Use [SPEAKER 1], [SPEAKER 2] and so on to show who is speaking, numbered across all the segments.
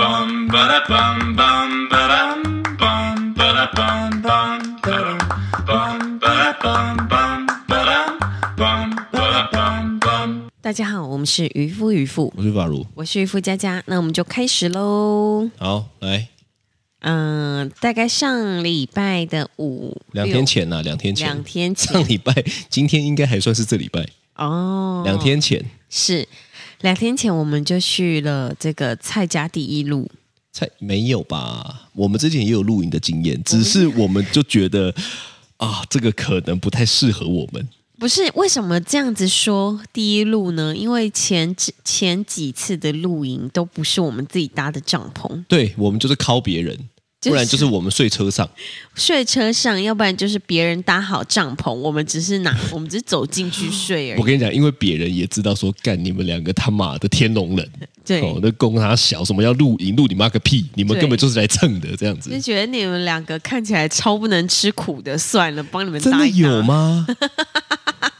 [SPEAKER 1] bum ba da bum bum ba dum bum ba da bum bum ba dum bum ba da bum bum ba dum bum ba da bum bum.
[SPEAKER 2] 大家好，我们是渔夫渔妇，
[SPEAKER 3] 我是法如。
[SPEAKER 2] 我是渔夫佳佳，那我们就开始喽。
[SPEAKER 3] 好，来，
[SPEAKER 2] 嗯、大概上礼拜的五
[SPEAKER 3] 两天，前呐、两天
[SPEAKER 2] 六
[SPEAKER 3] 前，
[SPEAKER 2] 两天前
[SPEAKER 3] 上礼拜，今天应该还算是这礼拜，
[SPEAKER 2] 哦，
[SPEAKER 3] 两天前。
[SPEAKER 2] 是两天前我们就去了这个蔡家第一路，
[SPEAKER 3] 才没有吧？我们之前也有露营的经验，只是
[SPEAKER 2] 哦
[SPEAKER 3] 我们就觉得啊，这个可能不太适合我们。
[SPEAKER 2] 不是为什么这样子说第一路呢？因为前几前几次的露营都不是我们自己搭的帐篷，
[SPEAKER 3] 对我们就是靠别人，
[SPEAKER 2] 就是
[SPEAKER 3] 不然就是我们睡车上。
[SPEAKER 2] 睡车上，要不然就是别人搭好帐篷，我们只是拿我们只是走进去睡而
[SPEAKER 3] 我
[SPEAKER 2] 已。
[SPEAKER 3] 跟你讲，因为别人也知道说，干你们两个他妈的天龙人
[SPEAKER 2] 对，
[SPEAKER 3] 哦，那供他小什么要露营，露你妈个屁！你们
[SPEAKER 2] 对
[SPEAKER 3] 根本就是来蹭的这样
[SPEAKER 2] 就
[SPEAKER 3] 子，
[SPEAKER 2] 觉得你们两个看起来超不能吃苦的，算了，帮你们
[SPEAKER 3] 真
[SPEAKER 2] 搭
[SPEAKER 3] 的
[SPEAKER 2] 一搭
[SPEAKER 3] 有？ 吗？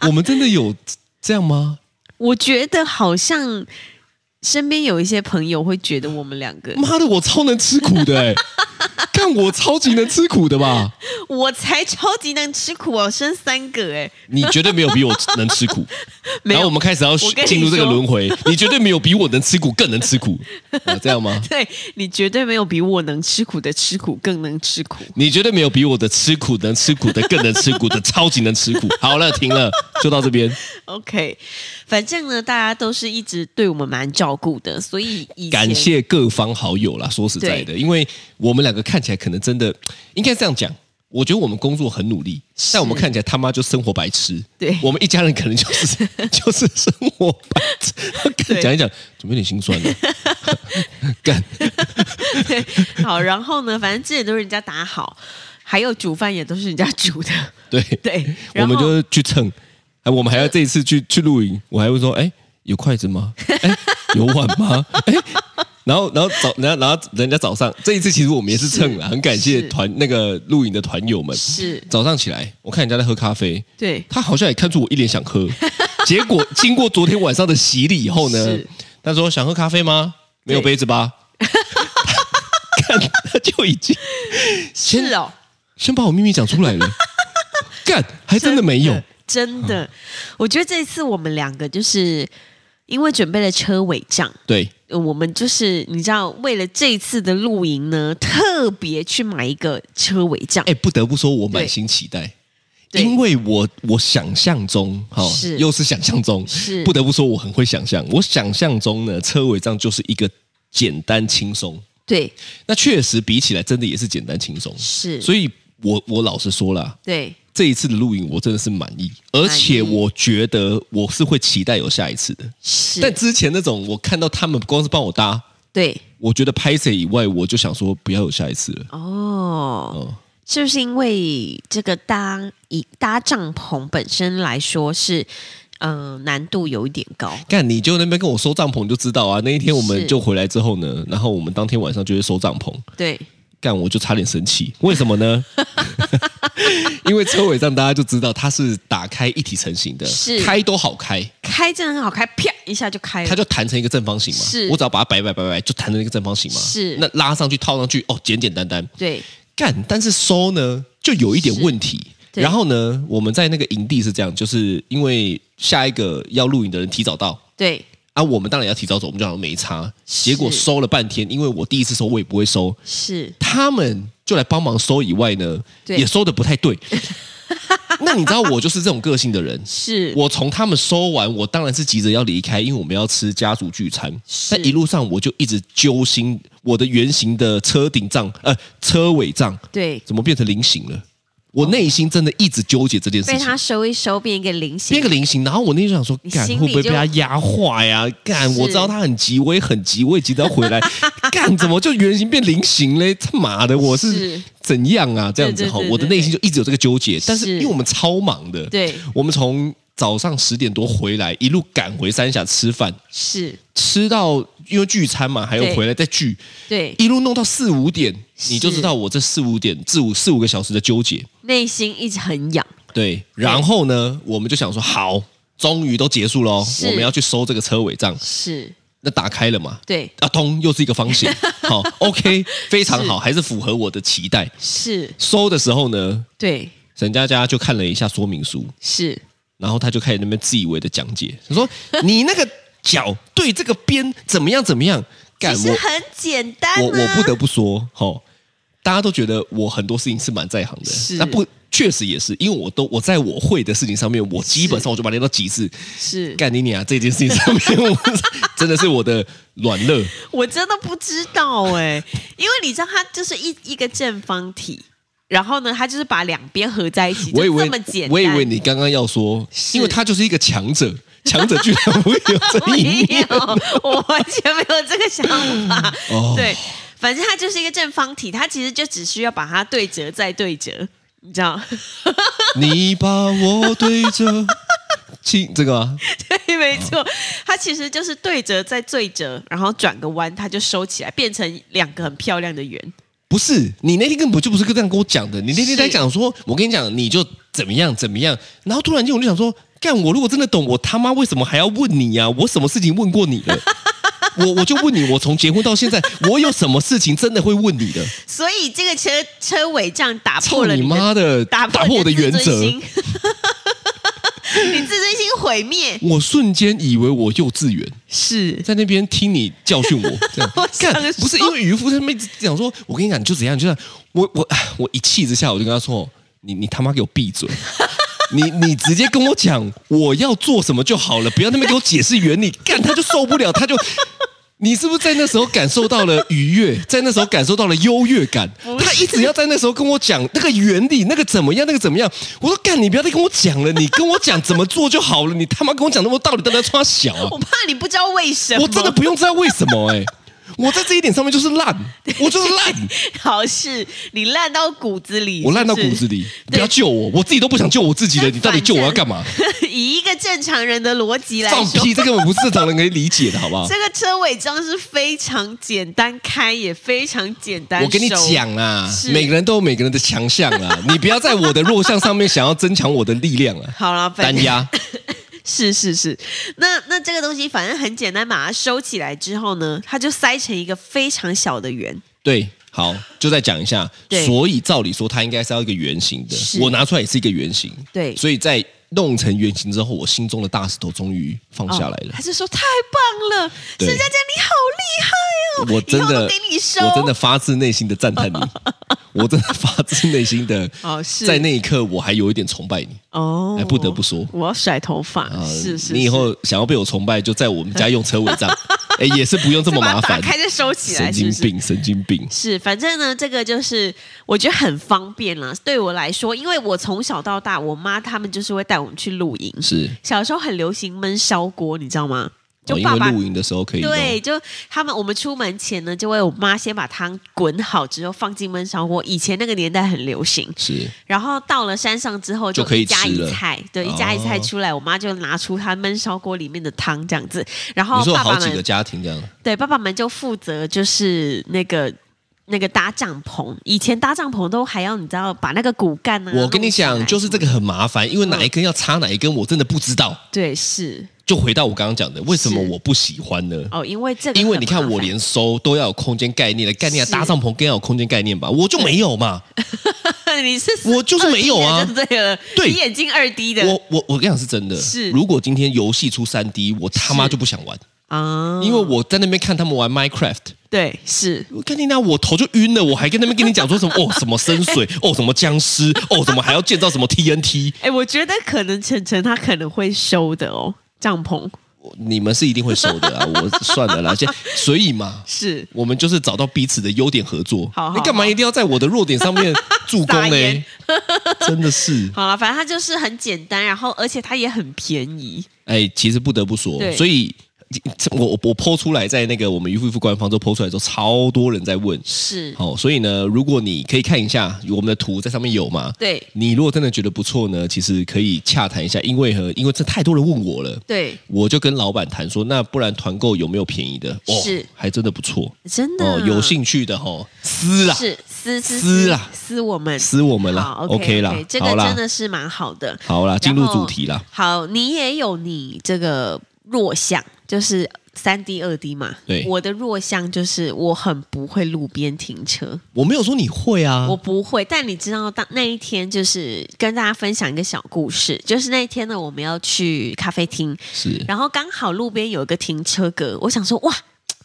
[SPEAKER 3] 我们真的有这样吗？
[SPEAKER 2] 我觉得好像身边有一些朋友会觉得我们两个，
[SPEAKER 3] 妈的，我超能吃苦的 哎、欸！看我超级能吃苦的吧？
[SPEAKER 2] 我才超级能吃苦哦，生三个哎，
[SPEAKER 3] 你绝对没有比我能吃 苦。
[SPEAKER 2] 没
[SPEAKER 3] 然后
[SPEAKER 2] 有
[SPEAKER 3] 我们开始要
[SPEAKER 2] 我跟你
[SPEAKER 3] 进入这个
[SPEAKER 2] 说
[SPEAKER 3] 轮回，你绝对没有比我能吃苦更能吃 苦，啊这样吗？
[SPEAKER 2] 对你绝对没有比我能吃苦的吃苦更能吃苦。
[SPEAKER 3] 你绝对没有比我的吃苦能吃苦的更能吃苦的超级能吃苦。好了，停了，就到这边。
[SPEAKER 2] OK，反正呢，大家都是一直对我们蛮照顾的，所以以前
[SPEAKER 3] 感谢各方好友啦，说实在的，因为我们两个看起来可能真的应该这样讲。我觉得我们工作很努力，但我们看起来他妈就生活白痴。
[SPEAKER 2] 对
[SPEAKER 3] 我们一家人可能就是 就是生活白 痴。
[SPEAKER 2] 对
[SPEAKER 3] 讲一讲，怎么有点心酸 呢？干，
[SPEAKER 2] 对， 好，然后呢，反正之前都是人家打好，还有煮饭也都是人家煮的，
[SPEAKER 3] 对，
[SPEAKER 2] 对，
[SPEAKER 3] 我
[SPEAKER 2] 然后
[SPEAKER 3] 们就是去蹭。哎，我们还要这一次去去露营，我还会说，哎，有筷子吗？哎，有碗吗？ 哎，然后然后早，然后然后人家早上这一次其实我们也是蹭了，很感谢
[SPEAKER 2] 是
[SPEAKER 3] 团那个露营的团友们。
[SPEAKER 2] 是
[SPEAKER 3] 早上起来，我看人家在喝咖啡，
[SPEAKER 2] 对
[SPEAKER 3] 他好像也看出我一脸 想喝，结果经过昨天晚上的洗礼以后呢
[SPEAKER 2] 是，
[SPEAKER 3] 他说想喝咖啡吗？没有
[SPEAKER 2] 对
[SPEAKER 3] 杯 子吧？看他 就已经先
[SPEAKER 2] 是哦，
[SPEAKER 3] 先把我秘密讲出来 了，干还真的没有，
[SPEAKER 2] 真的，我觉得这次我们两个就是因为准备了车尾帐。
[SPEAKER 3] 对，
[SPEAKER 2] 呃我们就是你知道，为了这次的露营呢，特别去买一个车尾帐。
[SPEAKER 3] 哎，不得不说我满
[SPEAKER 2] 对
[SPEAKER 3] 心期待。
[SPEAKER 2] 对
[SPEAKER 3] 因为我我想象中，哈、
[SPEAKER 2] 是
[SPEAKER 3] 又是想象中，
[SPEAKER 2] 是
[SPEAKER 3] 不得不说我很会想象。我想象中呢，车尾帐就是一个简单轻松，
[SPEAKER 2] 对，
[SPEAKER 3] 那确实比起来，真的也是简单轻松。
[SPEAKER 2] 是，
[SPEAKER 3] 所以我我老实说啦，
[SPEAKER 2] 对，
[SPEAKER 3] 这一次的露营我真的是满意，而且我觉得我是会期待有下一次的。
[SPEAKER 2] 是，
[SPEAKER 3] 但之前那种我看到他们光是帮我搭，
[SPEAKER 2] 对，
[SPEAKER 3] 我觉得拍摄以外，我就想说不要有下一次了。
[SPEAKER 2] 哦，
[SPEAKER 3] 哦，
[SPEAKER 2] 是不是因为这个搭以搭帐篷本身来说是，嗯、难度有一点高，
[SPEAKER 3] 干你就那边跟我收帐篷就知道啊。那一天我们
[SPEAKER 2] 是
[SPEAKER 3] 就回来之后呢，然后我们当天晚上就会收帐篷。
[SPEAKER 2] 对，
[SPEAKER 3] 干我就差点生气，为什么 呢？因为车尾帐大家就知道它是打开一体成型的，
[SPEAKER 2] 是哎
[SPEAKER 3] 开都好开，
[SPEAKER 2] 开真的很好开，啪一下就开了，
[SPEAKER 3] 它就弹成一个正方形嘛。
[SPEAKER 2] 是
[SPEAKER 3] 我只要把它摆摆摆摆，就弹成一个正方形嘛。
[SPEAKER 2] 是
[SPEAKER 3] 那拉上去套上去，哦，简简单单。
[SPEAKER 2] 对
[SPEAKER 3] 干，但是收呢，就有一点问题。
[SPEAKER 2] 对
[SPEAKER 3] 然后呢，我们在那个营地是这样，就是因为下一个要露营的人提早到
[SPEAKER 2] 对
[SPEAKER 3] 啊，我们当然要提早走，我们就好像没差。
[SPEAKER 2] 是
[SPEAKER 3] 结果收了半天，因为我第一次收，我也不会收，
[SPEAKER 2] 是，
[SPEAKER 3] 他们就来帮忙收以外呢，
[SPEAKER 2] 对
[SPEAKER 3] 也收的不 太对。那你知道我就是这种个性的人，
[SPEAKER 2] 是
[SPEAKER 3] 我从他们收完，我当然是急着要离开，因为我们要吃家族聚餐。但一路上我就一直揪心，我的圆形的车顶帐，呃，车尾帐
[SPEAKER 2] 对，
[SPEAKER 3] 怎么变成菱形了？我内心真的一直纠结这件事
[SPEAKER 2] 被
[SPEAKER 3] 情
[SPEAKER 2] 他。收一收变一个菱
[SPEAKER 3] 变
[SPEAKER 2] 形
[SPEAKER 3] 个，菱形，然后我那天就想说，
[SPEAKER 2] 你
[SPEAKER 3] 干
[SPEAKER 2] 心
[SPEAKER 3] 会
[SPEAKER 2] 里
[SPEAKER 3] 不会被
[SPEAKER 2] 就
[SPEAKER 3] 他压坏呀？干，
[SPEAKER 2] 是
[SPEAKER 3] 我知道他很急，我也很急，我也急着要回来。干，怎么就圆形变菱形嘞？他妈的，我是
[SPEAKER 2] 是
[SPEAKER 3] 怎样啊？这样子
[SPEAKER 2] 对对
[SPEAKER 3] 哈
[SPEAKER 2] 对，对
[SPEAKER 3] 我的内心就一直有这个纠结。但是
[SPEAKER 2] 是
[SPEAKER 3] 因为我们超忙的，
[SPEAKER 2] 对，
[SPEAKER 3] 我们从早上十点多回来，一路赶回三峡吃饭，
[SPEAKER 2] 是
[SPEAKER 3] 吃到因为聚餐嘛，还有
[SPEAKER 2] 对
[SPEAKER 3] 回来再聚，
[SPEAKER 2] 对，
[SPEAKER 3] 一路弄到四五点，
[SPEAKER 2] 是
[SPEAKER 3] 你就知道我这四五点至五四五个小时的纠结。
[SPEAKER 2] 内心一直很痒，
[SPEAKER 3] 对，然后呢，我们就想说，好，终于都结束喽，
[SPEAKER 2] 是
[SPEAKER 3] 我们要去收这个车尾账。
[SPEAKER 2] 是
[SPEAKER 3] 那打开了嘛，
[SPEAKER 2] 对，
[SPEAKER 3] 啊，通又是一个 方形，好，OK，非常好，还是符合我的期待。
[SPEAKER 2] 是，
[SPEAKER 3] 收的时候呢，
[SPEAKER 2] 对，
[SPEAKER 3] 沈佳佳就看了一下说明书，
[SPEAKER 2] 是，
[SPEAKER 3] 然后他就开始那边自以为的讲解，他 说你那个脚对这个边怎么样怎么样，干
[SPEAKER 2] 其实
[SPEAKER 3] 我
[SPEAKER 2] 很简单、啊，
[SPEAKER 3] 我我不得不说，吼、大家都觉得我很多事情是蛮在行的，
[SPEAKER 2] 是
[SPEAKER 3] 那不确实也是，因为我都我在我会的事情上面，我基本上我就把它练到极致。
[SPEAKER 2] 是，
[SPEAKER 3] 干你娘！这件事情 上面，我真的是我的软肋。
[SPEAKER 2] 我真的不知道哎、因为你知道它就是一一个正方体，然后呢，它就是把两边合在一起，
[SPEAKER 3] 我以
[SPEAKER 2] 就
[SPEAKER 3] 为
[SPEAKER 2] 这么简单。
[SPEAKER 3] 我以为你刚刚要说，
[SPEAKER 2] 是
[SPEAKER 3] 因为他就是一个强者，强者居然会有这一
[SPEAKER 2] 没
[SPEAKER 3] 面
[SPEAKER 2] 有，我完全没有这个想法。
[SPEAKER 3] 哦
[SPEAKER 2] 对，反正它就是一个正方体，它其实就只需要把它对折再对折，你知道？
[SPEAKER 3] 你把我对着，亲这个吗？
[SPEAKER 2] 对， 没错，它其实就是对折再对折，然后转个弯，它就收起来，变成两个很漂亮的圆。
[SPEAKER 3] 不是，你那天根本就不是这样跟我讲的。你那天
[SPEAKER 2] 是
[SPEAKER 3] 在讲说，我跟你讲，你就怎么样怎么样，然后突然间我就想说，干，我如果真的懂，我他妈为什么还要问你呀、我什么事情问过你了？ 我我就问你，我从结婚到现在，我有什么事情真的会问 你的？
[SPEAKER 2] 所以这个车车尾这样打
[SPEAKER 3] 操
[SPEAKER 2] 破了
[SPEAKER 3] 你
[SPEAKER 2] 的
[SPEAKER 3] 妈的，
[SPEAKER 2] 打
[SPEAKER 3] 打
[SPEAKER 2] 破
[SPEAKER 3] 破我的
[SPEAKER 2] 你
[SPEAKER 3] 原
[SPEAKER 2] 自尊
[SPEAKER 3] 则！
[SPEAKER 2] 心 你自尊心毁灭
[SPEAKER 3] 我瞬间以为我幼稚园，
[SPEAKER 2] 是
[SPEAKER 3] 在那边听你教 训我，这样
[SPEAKER 2] 我想
[SPEAKER 3] 干不是因
[SPEAKER 2] 说
[SPEAKER 3] 为渔夫他们一直讲说，我跟你讲，你就怎样，你就这样。我我我一气之下，我就跟他说，你你他妈给我闭嘴。 你你直接跟我讲我要做什么就好了，不要那边给我解释原理，干他就受不了，他就，你是不是在那时候感受到了愉悦，在那时候感受到了优越感？他一直要在那时候跟我讲那个原理，那个怎么样，那个怎么样？我说干，你不要再跟我讲了，你跟我讲怎么做就好了，你他妈跟我讲那么多道理，大家穿小啊
[SPEAKER 2] 我！怕你不知道为什么，
[SPEAKER 3] 我真的不用知道为什么哎、 我在这一点上面就是烂，我就是 烂，
[SPEAKER 2] 好事，你烂到骨子里，
[SPEAKER 3] 我烂到
[SPEAKER 2] 是
[SPEAKER 3] 骨
[SPEAKER 2] 不是
[SPEAKER 3] 子里，
[SPEAKER 2] 对
[SPEAKER 3] 不要救我，我自己都不想救我自己了，
[SPEAKER 2] 但
[SPEAKER 3] 你到底救我要干嘛？
[SPEAKER 2] 以一个正常人的逻辑来
[SPEAKER 3] 放
[SPEAKER 2] 说，
[SPEAKER 3] 屁，这根本不是正常人可以理解的，好不好？
[SPEAKER 2] 这个车尾章是非常简单开，也非常简单。
[SPEAKER 3] 我跟你，讲啦，
[SPEAKER 2] 是
[SPEAKER 3] 每个人都有每个人的强项 啦，你不要在我的弱项上面想要增强我的力量 啊。
[SPEAKER 2] 好了，反正
[SPEAKER 3] 单压，
[SPEAKER 2] 是是是，那那这个东西反正很简单，把它收起来之后呢，它就塞成一个非常小的圆。
[SPEAKER 3] 对，好，就再讲一下。
[SPEAKER 2] 对
[SPEAKER 3] 所以照理说，它应该是要一个圆形的，
[SPEAKER 2] 是
[SPEAKER 3] 我拿出来也是一个圆形。
[SPEAKER 2] 对
[SPEAKER 3] 所以在弄成圆形之后，我心中的大石头终于放下来了
[SPEAKER 2] 哦他。就说太棒了，沈
[SPEAKER 3] 对
[SPEAKER 2] 佳佳你好厉害 哦，
[SPEAKER 3] 我真
[SPEAKER 2] 以后
[SPEAKER 3] 的
[SPEAKER 2] 都给你收，
[SPEAKER 3] 我真的发自内心的赞 叹你，我真的发自内心的，
[SPEAKER 2] 哦是
[SPEAKER 3] 在那一刻我还有一点崇拜你。
[SPEAKER 2] 哦
[SPEAKER 3] 哎，不得不说
[SPEAKER 2] 我要甩头发，
[SPEAKER 3] 啊
[SPEAKER 2] 是是，
[SPEAKER 3] 你以后想要被我崇拜，就在我们家用车尾 帐，哎，也是不用这
[SPEAKER 2] 这
[SPEAKER 3] 么麻烦
[SPEAKER 2] 打。开再收起来，
[SPEAKER 3] 神
[SPEAKER 2] 是
[SPEAKER 3] 经
[SPEAKER 2] 不是？
[SPEAKER 3] 病，神经病。
[SPEAKER 2] 是，反正呢，这个就是我觉得很方便啦。对我来说，因为我从小到大，我妈他们就是会带我们去露营。
[SPEAKER 3] 是，
[SPEAKER 2] 小时候很流行焖烧锅，你知道吗？就
[SPEAKER 3] 哦因
[SPEAKER 2] 爸
[SPEAKER 3] 为
[SPEAKER 2] 爸、
[SPEAKER 3] 露营的时候可以弄。
[SPEAKER 2] 对，就他们我们出门前呢，就会我妈先把汤滚好之后放进焖烧锅。以前那个年代很流行，
[SPEAKER 3] 是
[SPEAKER 2] 然后到了山上之后
[SPEAKER 3] 就可以
[SPEAKER 2] 一家
[SPEAKER 3] 吃
[SPEAKER 2] 一
[SPEAKER 3] 了
[SPEAKER 2] 菜，对，一家一菜
[SPEAKER 3] 哦
[SPEAKER 2] 出来，我妈就拿出她焖烧锅里面的汤这样子，然后
[SPEAKER 3] 你说有
[SPEAKER 2] 哦爸
[SPEAKER 3] 好
[SPEAKER 2] 爸
[SPEAKER 3] 几
[SPEAKER 2] 们
[SPEAKER 3] 个家庭这样，
[SPEAKER 2] 对，爸爸们就负责就是那个那个搭帐篷。以前搭帐篷都还要你知道把那个骨干啊，
[SPEAKER 3] 我跟你讲，就是这
[SPEAKER 2] 个
[SPEAKER 3] 个很麻烦，因为哪一根要插哪一根，我真的不知道。
[SPEAKER 2] 对是
[SPEAKER 3] 就回到我刚刚讲的，为什么
[SPEAKER 2] 是
[SPEAKER 3] 我不喜欢呢？
[SPEAKER 2] 哦，因为这个
[SPEAKER 3] 因为你
[SPEAKER 2] 很
[SPEAKER 3] 看，
[SPEAKER 2] 麻
[SPEAKER 3] 我
[SPEAKER 2] 烦
[SPEAKER 3] 连收都要有空间概念的概念啊，
[SPEAKER 2] 是
[SPEAKER 3] 搭帐篷更要有空间概念吧，我就没有嘛。
[SPEAKER 2] 你是
[SPEAKER 3] 我就是没有啊
[SPEAKER 2] 2D 的就对了，
[SPEAKER 3] 对
[SPEAKER 2] 你眼睛二 D 的
[SPEAKER 3] 我我我跟你讲是真的，
[SPEAKER 2] 是
[SPEAKER 3] 如果今天游戏出三 D，我他妈
[SPEAKER 2] 是
[SPEAKER 3] 就不想玩，
[SPEAKER 2] 啊，
[SPEAKER 3] 因为我在那边看他们玩 Minecraft。
[SPEAKER 2] 对是
[SPEAKER 3] 我跟你讲，我头就晕了，我还跟那边跟你讲 说什么哦什么深水哦什么僵尸哦什么还要建造什么 TNT，
[SPEAKER 2] 哎，我觉得可能晨晨他可能会收的哦，帐篷
[SPEAKER 3] 你们是一定会收的 啊！我算了啦，现所以嘛，
[SPEAKER 2] 是
[SPEAKER 3] 我们就是找到彼此的优点合作。
[SPEAKER 2] 好好
[SPEAKER 3] 你干嘛一定要在我的弱点上面助攻
[SPEAKER 2] 撒
[SPEAKER 3] 呢
[SPEAKER 2] 盐？
[SPEAKER 3] 真的是，
[SPEAKER 2] 好了，反正它就是很简单，然后而且它也很便宜，
[SPEAKER 3] 哎，其实不得不说，
[SPEAKER 2] 对
[SPEAKER 3] 所以我我我剖出来，在那个我们渔夫渔夫官方都剖出来之后，超多人在问。
[SPEAKER 2] 是
[SPEAKER 3] 好、所以呢，如果你可以看一下我们的图，在上面有嘛？
[SPEAKER 2] 对
[SPEAKER 3] 你如果真的觉得不错呢，其实可以洽谈一下，因为和因为这太多人问我了。
[SPEAKER 2] 对，
[SPEAKER 3] 我就跟老板谈说，那不然团购有没有便宜的？哦，
[SPEAKER 2] 是
[SPEAKER 3] 还真的不错
[SPEAKER 2] 真的啊
[SPEAKER 3] 哦，有兴趣的哦，撕啦，
[SPEAKER 2] 是撕撕
[SPEAKER 3] 撕啦
[SPEAKER 2] 撕我们
[SPEAKER 3] 撕我们啦
[SPEAKER 2] 好
[SPEAKER 3] OK 啦
[SPEAKER 2] OK，这
[SPEAKER 3] 好
[SPEAKER 2] 个
[SPEAKER 3] 啦
[SPEAKER 2] 真的是蛮好的。
[SPEAKER 3] 好啦，进入
[SPEAKER 2] 然后
[SPEAKER 3] 主题啦。
[SPEAKER 2] 好，你也有你这个弱项，就是三 D、二 D 嘛。
[SPEAKER 3] 对
[SPEAKER 2] 我的弱项就是我很不会路边停车，
[SPEAKER 3] 我没有说你会啊
[SPEAKER 2] 我，不会。但你知道，当那一天就是跟大家分享一个小故事，就是那一天呢，我们要去咖啡厅，
[SPEAKER 3] 是
[SPEAKER 2] 然后刚好路边有一个停车格，我想说哇。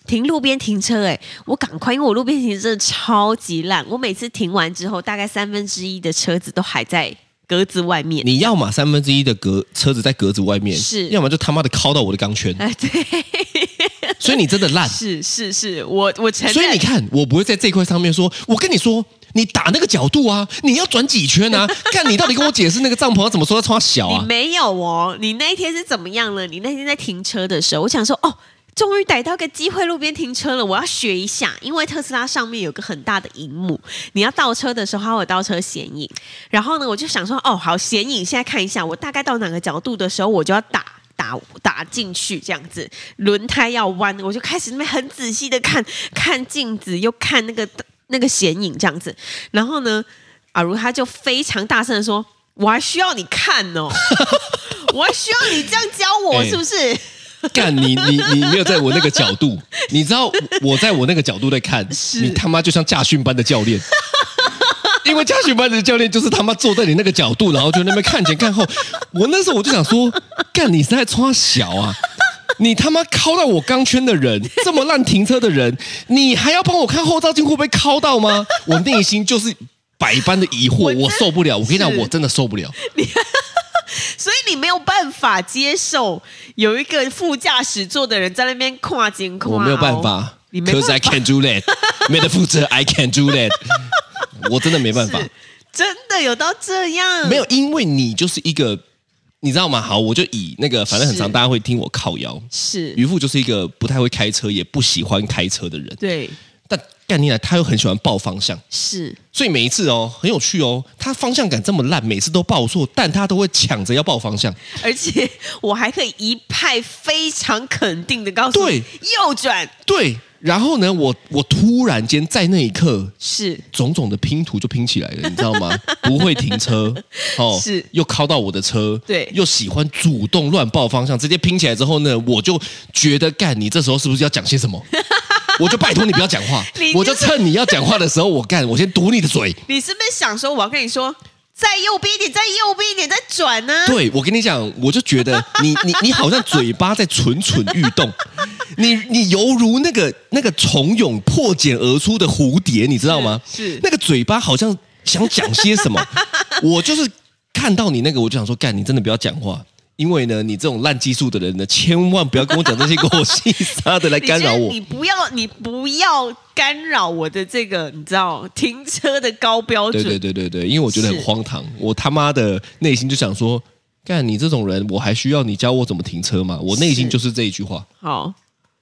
[SPEAKER 2] 停路边停车哎、我赶快，因为我路边停车真的超级烂，我每次停完之后，大概三分之一的车子都还在格子外面。
[SPEAKER 3] 你要嘛三分之一的格车子在格子外面，
[SPEAKER 2] 是
[SPEAKER 3] 要么就他妈的靠到我的钢 圈，
[SPEAKER 2] 哎，对，
[SPEAKER 3] 所以你真的烂。
[SPEAKER 2] 是是是，我我承认。
[SPEAKER 3] 所以你看，我不会在这块上面说，我跟你说，你打那个角度啊，你要转几圈啊？看你到底跟我解释那个帐篷要怎么说要穿小
[SPEAKER 2] 你
[SPEAKER 3] 啊？
[SPEAKER 2] 没有哦，你那一天是怎么样了？你那天在停车的时候，我想说，哦，终于逮到个机会路边停车了，我要学一下，因为特斯拉上面有个很大的荧幕，你要倒车的时候它会有倒车显影。然后呢，我就想说，哦，好，显影，现在看一下，我大概到哪个角度的时候，我就要打。打打进去这样子，轮胎要弯，我就开始那边很仔细的看看镜子，又看那个那个显影这样子。然后呢，阿如他就非常大声的说：“我还需要你看哦， 我还需要你这样教我，
[SPEAKER 3] 哎
[SPEAKER 2] 是不是？”
[SPEAKER 3] 干你你你没有在我那个角度，你知道我在我那个角度在看，
[SPEAKER 2] 是
[SPEAKER 3] 你他妈就像驾训班的教练。 因为驾训班的教练就是他妈坐在你那个角度，然后就那边看前看后。我那时候我就想说，干你是在穿小啊？你他妈敲到我钢圈的人，这么烂停车的人，你还要帮我看后照镜会不会敲到吗？我内心就是百般的疑惑，我受不了。我跟你讲，
[SPEAKER 2] 是
[SPEAKER 3] 我真的受不了。
[SPEAKER 2] 所以你没有办法接受有一个副驾驶座的人在那边跨肩跨，
[SPEAKER 3] 我没有办法
[SPEAKER 2] 哦你没办
[SPEAKER 3] ，cause
[SPEAKER 2] 法
[SPEAKER 3] I can do that，没 得负责，I can do that，我真的没办法，
[SPEAKER 2] 是真的有到这样，
[SPEAKER 3] 没有，因为你就是一个，你知道吗？好，我就以那个，反正很
[SPEAKER 2] 是
[SPEAKER 3] 常大家会听我靠腰，
[SPEAKER 2] 是，
[SPEAKER 3] 渔夫就是一个不太会开车，也不喜欢开车的人，
[SPEAKER 2] 对，
[SPEAKER 3] 但干你奶，他又很喜欢报方向，
[SPEAKER 2] 是
[SPEAKER 3] 所以每一次哦，很有趣哦，他方向感这么烂，每次都报错，但他都会抢着要报方向，
[SPEAKER 2] 而且 我还可以一派非常肯定的告诉
[SPEAKER 3] 对
[SPEAKER 2] 你，右转
[SPEAKER 3] 对，然后呢，我我突然间在那一刻
[SPEAKER 2] 是
[SPEAKER 3] 种种的拼图就拼起来了，你知道 吗？不会停车，哦，
[SPEAKER 2] 是
[SPEAKER 3] 又靠到我的车，
[SPEAKER 2] 对
[SPEAKER 3] 又喜欢主动乱报方向，直接拼起来之后呢，我就觉得干，你这时候是不是要讲些什么？我就拜托你不要讲话
[SPEAKER 2] 你，就是
[SPEAKER 3] 我就趁你要讲话的时候，我干，我先堵你的嘴。
[SPEAKER 2] 你是不是想说我要跟你说，在右边一点，在右边一点，再转啊呢、
[SPEAKER 3] 对，我跟你讲，我就觉得你 你你好像嘴巴在蠢蠢欲动， 你你犹如那个那个虫蛹破茧而出的蝴蝶，你知道吗？
[SPEAKER 2] 是是
[SPEAKER 3] 那个嘴巴好像想讲些 什么，我就是看到你那个，我就想说，干，你真的不要讲话。因为呢，你这种烂技术的人呢，千万不要跟我讲这些给我细沙的来
[SPEAKER 2] 你
[SPEAKER 3] 干扰 我
[SPEAKER 2] 你。不要，你不要干扰我的这个，你知道停车的高标
[SPEAKER 3] 对
[SPEAKER 2] 准。
[SPEAKER 3] 对对对对，因为我觉得很
[SPEAKER 2] 是
[SPEAKER 3] 荒唐，我他妈的内心就想说，干你这种人，我还需要你教我怎么停车吗？我内心
[SPEAKER 2] 是
[SPEAKER 3] 就是这一句话。
[SPEAKER 2] 好，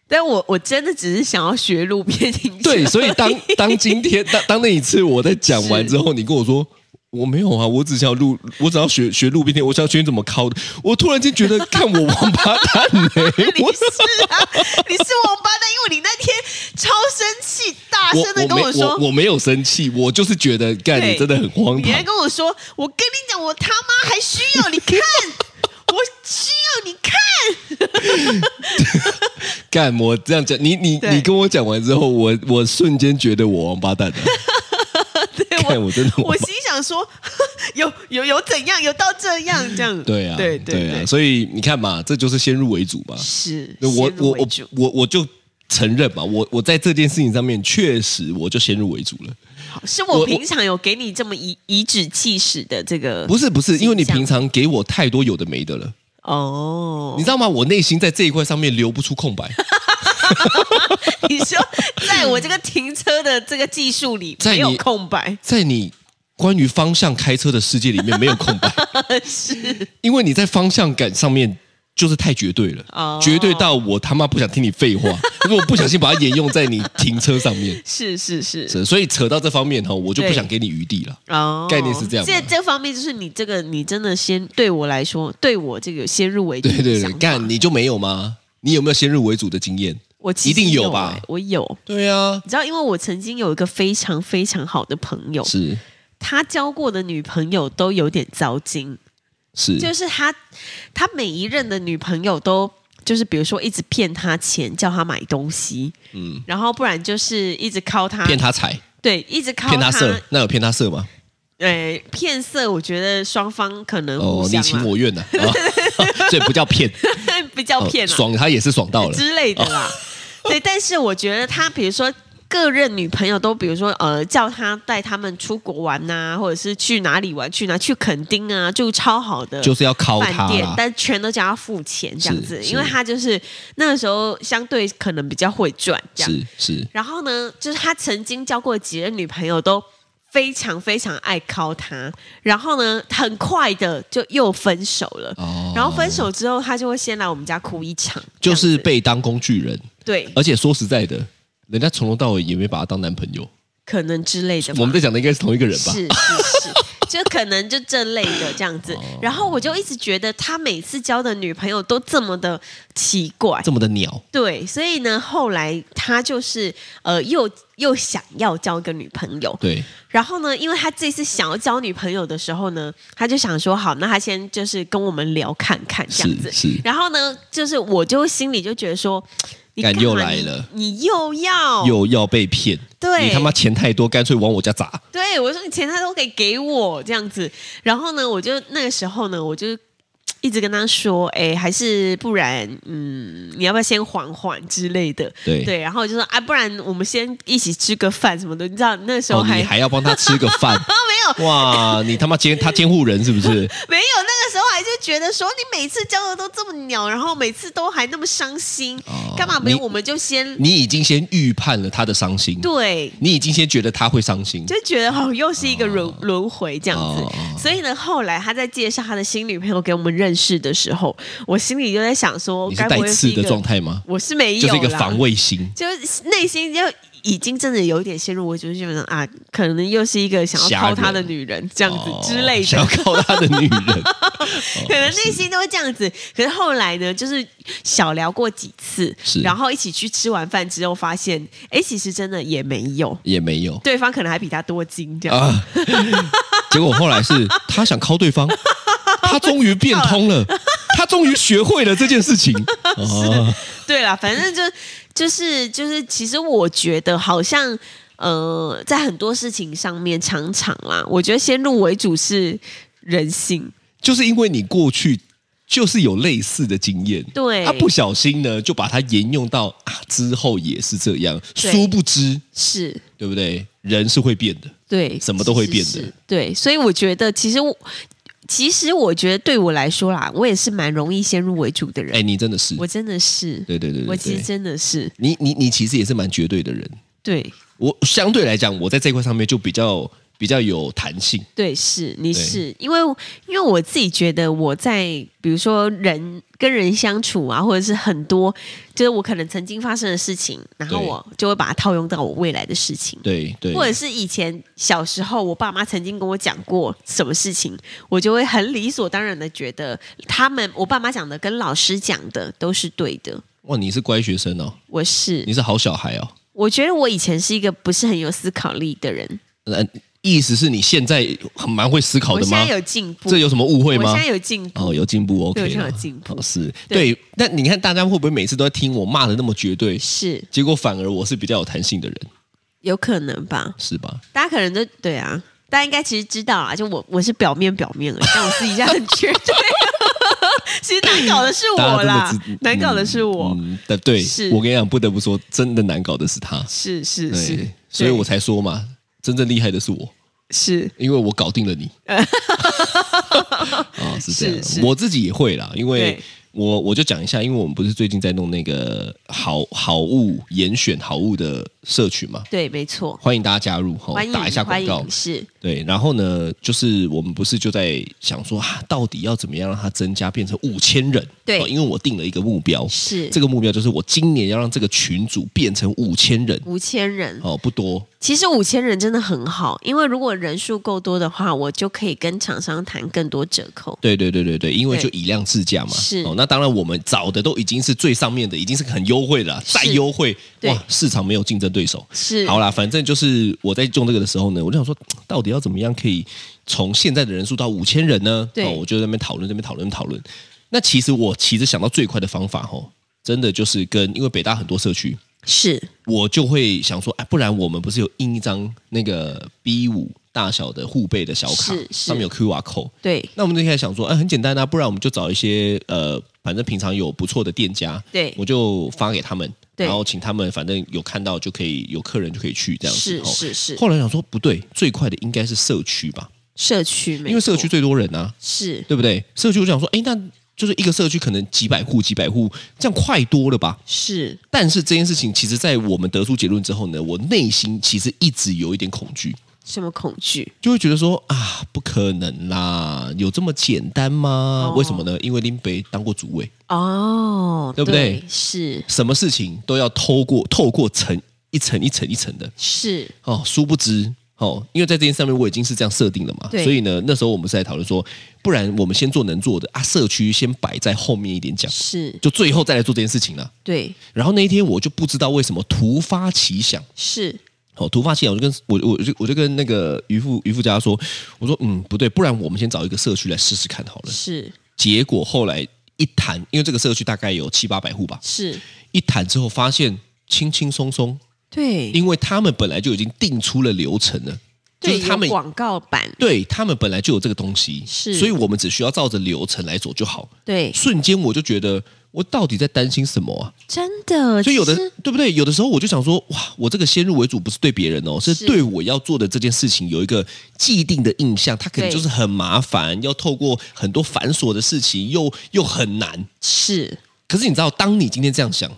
[SPEAKER 2] 但我我真的只是想要学路边停车。
[SPEAKER 3] 对，所以 当当今天当当那一次我在讲完
[SPEAKER 2] 是
[SPEAKER 3] 之后，你跟我说我没有啊，我只想要路，我只要学学路边天，我想要学你怎么敲的。我突然间觉得看我王八蛋呢、
[SPEAKER 2] 你
[SPEAKER 3] 我
[SPEAKER 2] 是啊， 你是王八蛋，因为你那天超生气，大
[SPEAKER 3] 我
[SPEAKER 2] 声的跟
[SPEAKER 3] 我没
[SPEAKER 2] 说，
[SPEAKER 3] 我我没有生气，我就是觉得干
[SPEAKER 2] 对
[SPEAKER 3] 你真的很荒
[SPEAKER 2] 你还
[SPEAKER 3] 唐。
[SPEAKER 2] 跟我说，我跟你讲，我他妈还需要你看，我需要你看，
[SPEAKER 3] 干我这样讲，你你
[SPEAKER 2] 对
[SPEAKER 3] 你跟我讲完之后，我我瞬间觉得我王八蛋了。
[SPEAKER 2] 对
[SPEAKER 3] 看我真的王
[SPEAKER 2] 我
[SPEAKER 3] 八
[SPEAKER 2] 心想说， 有有有怎样，有到这样这样，
[SPEAKER 3] 对啊，
[SPEAKER 2] 对对
[SPEAKER 3] 啊，所以你看嘛，这就是先入为主嘛。
[SPEAKER 2] 是
[SPEAKER 3] 那我
[SPEAKER 2] 先入
[SPEAKER 3] 我
[SPEAKER 2] 为
[SPEAKER 3] 我
[SPEAKER 2] 主
[SPEAKER 3] 我我就承认嘛，我我在这件事情上面确实我就先入为主了。
[SPEAKER 2] 是
[SPEAKER 3] 我
[SPEAKER 2] 我
[SPEAKER 3] 我
[SPEAKER 2] 平常有给你这么颐颐指气使的这个，
[SPEAKER 3] 不是不是，因为你
[SPEAKER 2] 形象
[SPEAKER 3] 平常给我太多有的没的了，
[SPEAKER 2] 哦
[SPEAKER 3] 你，知道吗？我内心在这一块上面留不出空白，
[SPEAKER 2] 你说在我这个停车的这个技术里
[SPEAKER 3] 在
[SPEAKER 2] 没
[SPEAKER 3] 你
[SPEAKER 2] 有空白，
[SPEAKER 3] 在你关于方向开车的世界里面没有空 白，是因为你在方向感上面。就是太绝对了
[SPEAKER 2] 哦
[SPEAKER 3] 绝对到我他妈不想听你废 话。如果不小心把它沿用在你停车上面，
[SPEAKER 2] 是是是，
[SPEAKER 3] 是所以扯到这方面哈，我就不
[SPEAKER 2] 对
[SPEAKER 3] 想给你余地了。
[SPEAKER 2] 哦，
[SPEAKER 3] 概念是这样吗
[SPEAKER 2] 这这方面就是你这个，你真的先对我来说，对我这个先入为主
[SPEAKER 3] 对
[SPEAKER 2] 的
[SPEAKER 3] 对
[SPEAKER 2] 想
[SPEAKER 3] 对，
[SPEAKER 2] 法
[SPEAKER 3] 干你就没有吗？你有没有先入为主的经验？
[SPEAKER 2] 我其
[SPEAKER 3] 一定
[SPEAKER 2] 实
[SPEAKER 3] 有
[SPEAKER 2] 有
[SPEAKER 3] 吧
[SPEAKER 2] 欸我有。
[SPEAKER 3] 对啊，
[SPEAKER 2] 你知道，因为我曾经有一个非常非常好的朋友，
[SPEAKER 3] 是
[SPEAKER 2] 他交过的女朋友都有点糟心，
[SPEAKER 3] 是，
[SPEAKER 2] 就是他他每一任的女朋友都就是比如说一直骗他钱，叫他买东西，嗯，然后不然就是一直靠他，
[SPEAKER 3] 骗他财，
[SPEAKER 2] 对，一直靠
[SPEAKER 3] 骗他色，那有骗他色吗？
[SPEAKER 2] 呃，骗色，我觉得双方可能
[SPEAKER 3] 哦
[SPEAKER 2] 互，
[SPEAKER 3] 你
[SPEAKER 2] 相
[SPEAKER 3] 情
[SPEAKER 2] 啦
[SPEAKER 3] 我愿呐、啊， 所以不叫骗，
[SPEAKER 2] 比较
[SPEAKER 3] 哦
[SPEAKER 2] 骗啊、
[SPEAKER 3] 爽哦他也是爽到了，
[SPEAKER 2] 之类的啦。对，但是我觉得他，比如说。各任女朋友都，比如说，呃，叫他带他们出国玩呐、或者是去哪里玩，去哪去垦丁啊，住超好的，
[SPEAKER 3] 就是要靠
[SPEAKER 2] 饭
[SPEAKER 3] 他
[SPEAKER 2] 店，
[SPEAKER 3] 啦。
[SPEAKER 2] 但全都叫他付钱这样子，
[SPEAKER 3] 是
[SPEAKER 2] 因为他就是那个时候相对可能比较会赚这样。
[SPEAKER 3] 是是，
[SPEAKER 2] 然后呢，就是他曾经交过几任女朋友都非常非常爱靠他，然后呢，很快的就又分手了。
[SPEAKER 3] 哦
[SPEAKER 2] 然后分手之后，他就会先来我们家哭一场，
[SPEAKER 3] 就
[SPEAKER 2] 这
[SPEAKER 3] 是
[SPEAKER 2] 样子
[SPEAKER 3] 被当工具人，
[SPEAKER 2] 对，
[SPEAKER 3] 而且说实在的，人家从头到尾也没把他当男朋友。
[SPEAKER 2] 可能之类的吧。
[SPEAKER 3] 我们在讲的应该是同一个人吧？哦
[SPEAKER 2] 是是 是，就可能就这类的这样子。然后我就一直觉得他每次交的女朋友都这么的奇怪，
[SPEAKER 3] 这么的鸟，
[SPEAKER 2] 对，所以呢，后来他就是呃，又又想要交个女朋友，
[SPEAKER 3] 对，
[SPEAKER 2] 然后呢，因为他这次想要交女朋友的时候呢，他就想说，好，那他先就是跟我们聊看看这样
[SPEAKER 3] 是
[SPEAKER 2] 子。
[SPEAKER 3] 是，
[SPEAKER 2] 然后呢，就是我就心里就觉得说，你
[SPEAKER 3] 干
[SPEAKER 2] 干嘛
[SPEAKER 3] 又来了
[SPEAKER 2] 你，你又要，
[SPEAKER 3] 又要被骗，
[SPEAKER 2] 哦对
[SPEAKER 3] 你他妈钱太多，干脆往我家砸。
[SPEAKER 2] 对我说你钱他都给给我这样子。然后呢，我就那个时候呢，我就。一直跟他说，哎、还是不然，嗯，你要不要先缓缓之类的？
[SPEAKER 3] 对，
[SPEAKER 2] 对，然后我就说啊，不然我们先一起吃个饭什么的，你知道那时候
[SPEAKER 3] 哦，
[SPEAKER 2] 还、
[SPEAKER 3] 你还要帮他吃个饭，
[SPEAKER 2] 没
[SPEAKER 3] 哇，你他妈监他监护人是 不是？
[SPEAKER 2] 没有那个时候还就觉得说你每次交的都这么鸟，然后每次都还那么伤心，
[SPEAKER 3] 哦
[SPEAKER 2] 干嘛没有
[SPEAKER 3] 你
[SPEAKER 2] 我们就先
[SPEAKER 3] 你已经先预判了他的伤心，
[SPEAKER 2] 对。
[SPEAKER 3] 你已经先觉得他会伤心，
[SPEAKER 2] 就觉得哦，又是一个轮、轮回这样子，
[SPEAKER 3] 哦哦
[SPEAKER 2] 所以呢，后来他在介绍他的新女朋友给我们认识的时候，我心里就在想说，
[SPEAKER 3] 你是
[SPEAKER 2] 该
[SPEAKER 3] 带
[SPEAKER 2] 不会是
[SPEAKER 3] 刺
[SPEAKER 2] 一
[SPEAKER 3] 的
[SPEAKER 2] 个
[SPEAKER 3] 状态吗？
[SPEAKER 2] 我是没有，
[SPEAKER 3] 就是一个
[SPEAKER 2] 啦。
[SPEAKER 3] 防卫心，
[SPEAKER 2] 就是内心就已经真的有一点陷入，我就是觉得啊，可能又是一个想要靠他的女人这样子
[SPEAKER 3] 哦
[SPEAKER 2] 之类
[SPEAKER 3] 想要
[SPEAKER 2] 的，
[SPEAKER 3] 靠他的 女人，哦
[SPEAKER 2] 可能内心都会这样子。可是后来呢，就是小聊过几次
[SPEAKER 3] 是，
[SPEAKER 2] 然后一起去吃完饭之后，发现哎，其实真的也没有，
[SPEAKER 3] 也没有
[SPEAKER 2] 对方可能还比他多金这样。
[SPEAKER 3] 啊。 结果后来是他想靠对方，他终于变 通了，他终于学会了这件事情。哦，
[SPEAKER 2] 对啦，反正就就是就是，其实我觉得好像。呃，在很多事情上面，常常啦，我觉得先入为主是人性，
[SPEAKER 3] 就是因为你过去就是有类似的经验，
[SPEAKER 2] 对
[SPEAKER 3] 他不小心呢就把它沿用到啊之后也是这样，
[SPEAKER 2] 对
[SPEAKER 3] 殊不知，
[SPEAKER 2] 是
[SPEAKER 3] 对不对？人是会变的，
[SPEAKER 2] 对，
[SPEAKER 3] 什么都会变的
[SPEAKER 2] 是。是对，所以我觉得，其实我，其实我觉得对我来说啦，我也是蛮容易先入为主的人。
[SPEAKER 3] 哎，你真的是，
[SPEAKER 2] 我真的是，
[SPEAKER 3] 对对对对
[SPEAKER 2] 我其实
[SPEAKER 3] 对，
[SPEAKER 2] 真的是，
[SPEAKER 3] 你你你其实也是蛮绝对的人。
[SPEAKER 2] 对
[SPEAKER 3] 我相对来讲，我在这块上面就比较比较有弹性。
[SPEAKER 2] 对是，你
[SPEAKER 3] 对
[SPEAKER 2] 是因为因为我自己觉得我在比如说人跟人相处啊，或者是很多就是我可能曾经发生的事情，然后
[SPEAKER 3] 对
[SPEAKER 2] 我就会把它套用到我未来的事情。
[SPEAKER 3] 对对，
[SPEAKER 2] 或者是以前小时候，我爸妈曾经跟我讲过什么事情，我就会很理所当然的觉得他们我爸妈讲的跟老师讲的都是对的。
[SPEAKER 3] 哇，你是乖学生哦，
[SPEAKER 2] 我是
[SPEAKER 3] 你，是好小孩哦。我
[SPEAKER 2] 我觉得我以前是一个不是很有思考力的人，
[SPEAKER 3] 呃，意思是你现在很蛮会思考
[SPEAKER 2] 我
[SPEAKER 3] 的
[SPEAKER 2] 现
[SPEAKER 3] 吗
[SPEAKER 2] 在？有进步，
[SPEAKER 3] 这有什么误会
[SPEAKER 2] 我
[SPEAKER 3] 吗
[SPEAKER 2] 现在？有进步，
[SPEAKER 3] 哦，有进步，OK
[SPEAKER 2] 对
[SPEAKER 3] 啦。
[SPEAKER 2] 我现在有进步
[SPEAKER 3] 哦是
[SPEAKER 2] 对
[SPEAKER 3] 对。但你看，大家会不会每次都在听我骂的那么绝对？
[SPEAKER 2] 是
[SPEAKER 3] 结果反而我是比较有弹性的人，
[SPEAKER 2] 有可能吧？
[SPEAKER 3] 是吧？
[SPEAKER 2] 大家可能就对啊，大家应该其实知道啊，就我我是表面表面而已，但我私底下很绝对。 其实难搞的是我
[SPEAKER 3] 大家
[SPEAKER 2] 啦
[SPEAKER 3] 真的知，
[SPEAKER 2] 难搞的是我，
[SPEAKER 3] 嗯，但对
[SPEAKER 2] 是，
[SPEAKER 3] 我跟你讲，不得不说，真的难搞的是他。
[SPEAKER 2] 是是是
[SPEAKER 3] 对，，所以我
[SPEAKER 2] 对
[SPEAKER 3] 才说嘛，真正厉害的是我。
[SPEAKER 2] 是
[SPEAKER 3] 因为我搞定 了你。哦，是这样
[SPEAKER 2] 是是
[SPEAKER 3] 我自己也会啦，因为
[SPEAKER 2] 对
[SPEAKER 3] 我我就讲一下，因为我们不是最近在弄那个好好物严选好物的社群嘛，
[SPEAKER 2] 对，没错。
[SPEAKER 3] 欢迎大家加入哈
[SPEAKER 2] 欢，迎
[SPEAKER 3] 哦打一下
[SPEAKER 2] 欢
[SPEAKER 3] 广
[SPEAKER 2] 迎
[SPEAKER 3] 告。
[SPEAKER 2] 是
[SPEAKER 3] 对，然后呢，就是我们不是就在想说啊，到底要怎么样让它增加变成五千人？
[SPEAKER 2] 对
[SPEAKER 3] 哦因为我定了一个目标，
[SPEAKER 2] 是
[SPEAKER 3] 这个目标就是我今年要让这个群组变成五千人。
[SPEAKER 2] 五千人，
[SPEAKER 3] 哦，不多，
[SPEAKER 2] 其实五千人真的很好，因为如果人数够多的话，我就可以跟厂商谈更多折扣。
[SPEAKER 3] 对对对对对，因为就
[SPEAKER 2] 对
[SPEAKER 3] 以量制价嘛。
[SPEAKER 2] 是
[SPEAKER 3] 哦，那当然我们找的都已经是最上面的，已经是很优惠了，
[SPEAKER 2] 是
[SPEAKER 3] 再优惠，
[SPEAKER 2] 对
[SPEAKER 3] 哇，市场没有竞争对手。
[SPEAKER 2] 是，
[SPEAKER 3] 好啦，反正就是我在用这个的时候呢，我就想说，到底要怎么样可以从现在的人数到五千人呢？
[SPEAKER 2] 对
[SPEAKER 3] 哦，我就在那边讨论，这边讨论，讨论。那其实我其实想到最快的方法哦，真的就是跟因为北大很多社区，
[SPEAKER 2] 是
[SPEAKER 3] 我就会想说，哎，不然我们不是有印一张那个 B 五大小的护背的小卡
[SPEAKER 2] 是，是
[SPEAKER 3] 上面有 QR code。
[SPEAKER 2] 对
[SPEAKER 3] 那我们就开始想说，哎，很简单啊，不然我们就找一些呃，反正平常有不错的店家，
[SPEAKER 2] 对
[SPEAKER 3] 我就发给他们，
[SPEAKER 2] 对
[SPEAKER 3] 然后请他们反正有看到就可以，有客人就可以去这样子。
[SPEAKER 2] 是
[SPEAKER 3] 哦
[SPEAKER 2] 是是
[SPEAKER 3] 后来想说不对，最快的应该是社区吧，
[SPEAKER 2] 社区，没
[SPEAKER 3] 因为社区
[SPEAKER 2] 错
[SPEAKER 3] 最多人啊，
[SPEAKER 2] 是
[SPEAKER 3] 对不对？社区我想说，哎，那就是一个社区可能几百户、几百户，这样快多了吧？
[SPEAKER 2] 是
[SPEAKER 3] 但是这件事情，其实，在我们得出结论之后呢，我内心其实一直有一点恐惧，
[SPEAKER 2] 什么恐惧？
[SPEAKER 3] 就会觉得说啊，不可能啦，有这么简单吗？
[SPEAKER 2] 哦
[SPEAKER 3] 为什么呢？因为林北当过主委，
[SPEAKER 2] 哦，
[SPEAKER 3] 对不对
[SPEAKER 2] 是
[SPEAKER 3] 什么事情都要透过透过层一层一层一层的
[SPEAKER 2] 是
[SPEAKER 3] 哦。殊不知哦，因为在这件事上面我已经是这样设定了嘛，
[SPEAKER 2] 对
[SPEAKER 3] 所以呢，那时候我们是在讨论说，不然我们先做能做的啊，社区先摆在后面一点讲，
[SPEAKER 2] 是，
[SPEAKER 3] 就最后再来做这件事情啦。
[SPEAKER 2] 对
[SPEAKER 3] 然后那一天我就不知道为什么突发奇想。
[SPEAKER 2] 是
[SPEAKER 3] 哦，突发奇想，我就跟我我就我就跟那个渔夫渔夫家说，我说嗯不对，不然我们先找一个社区来试试看好了。
[SPEAKER 2] 是
[SPEAKER 3] 结果后来一谈，因为这个社区大概有七八百户吧，
[SPEAKER 2] 是，
[SPEAKER 3] 一谈之后发现轻轻松松，
[SPEAKER 2] 对
[SPEAKER 3] 因为他们本来就已经定出了流程了，就是
[SPEAKER 2] 对，
[SPEAKER 3] 他
[SPEAKER 2] 有
[SPEAKER 3] 们
[SPEAKER 2] 广告版，
[SPEAKER 3] 对他们本来就有这个东西，
[SPEAKER 2] 是
[SPEAKER 3] 所以我们只需要照着流程来走就好。
[SPEAKER 2] 对，
[SPEAKER 3] 瞬间我就觉得，我到底在担心什么啊？
[SPEAKER 2] 真的，
[SPEAKER 3] 所以有的
[SPEAKER 2] 呃其实
[SPEAKER 3] 对不对？有的时候我就想说，哇，我这个先入为主不是对别人哦，是
[SPEAKER 2] 是
[SPEAKER 3] 对我要做的这件事情有一个既定的印象，它可能
[SPEAKER 2] 对
[SPEAKER 3] 就是很麻烦，要透过很多繁琐的事情，又又很难。
[SPEAKER 2] 是
[SPEAKER 3] 可是你知道，当你今天这样想，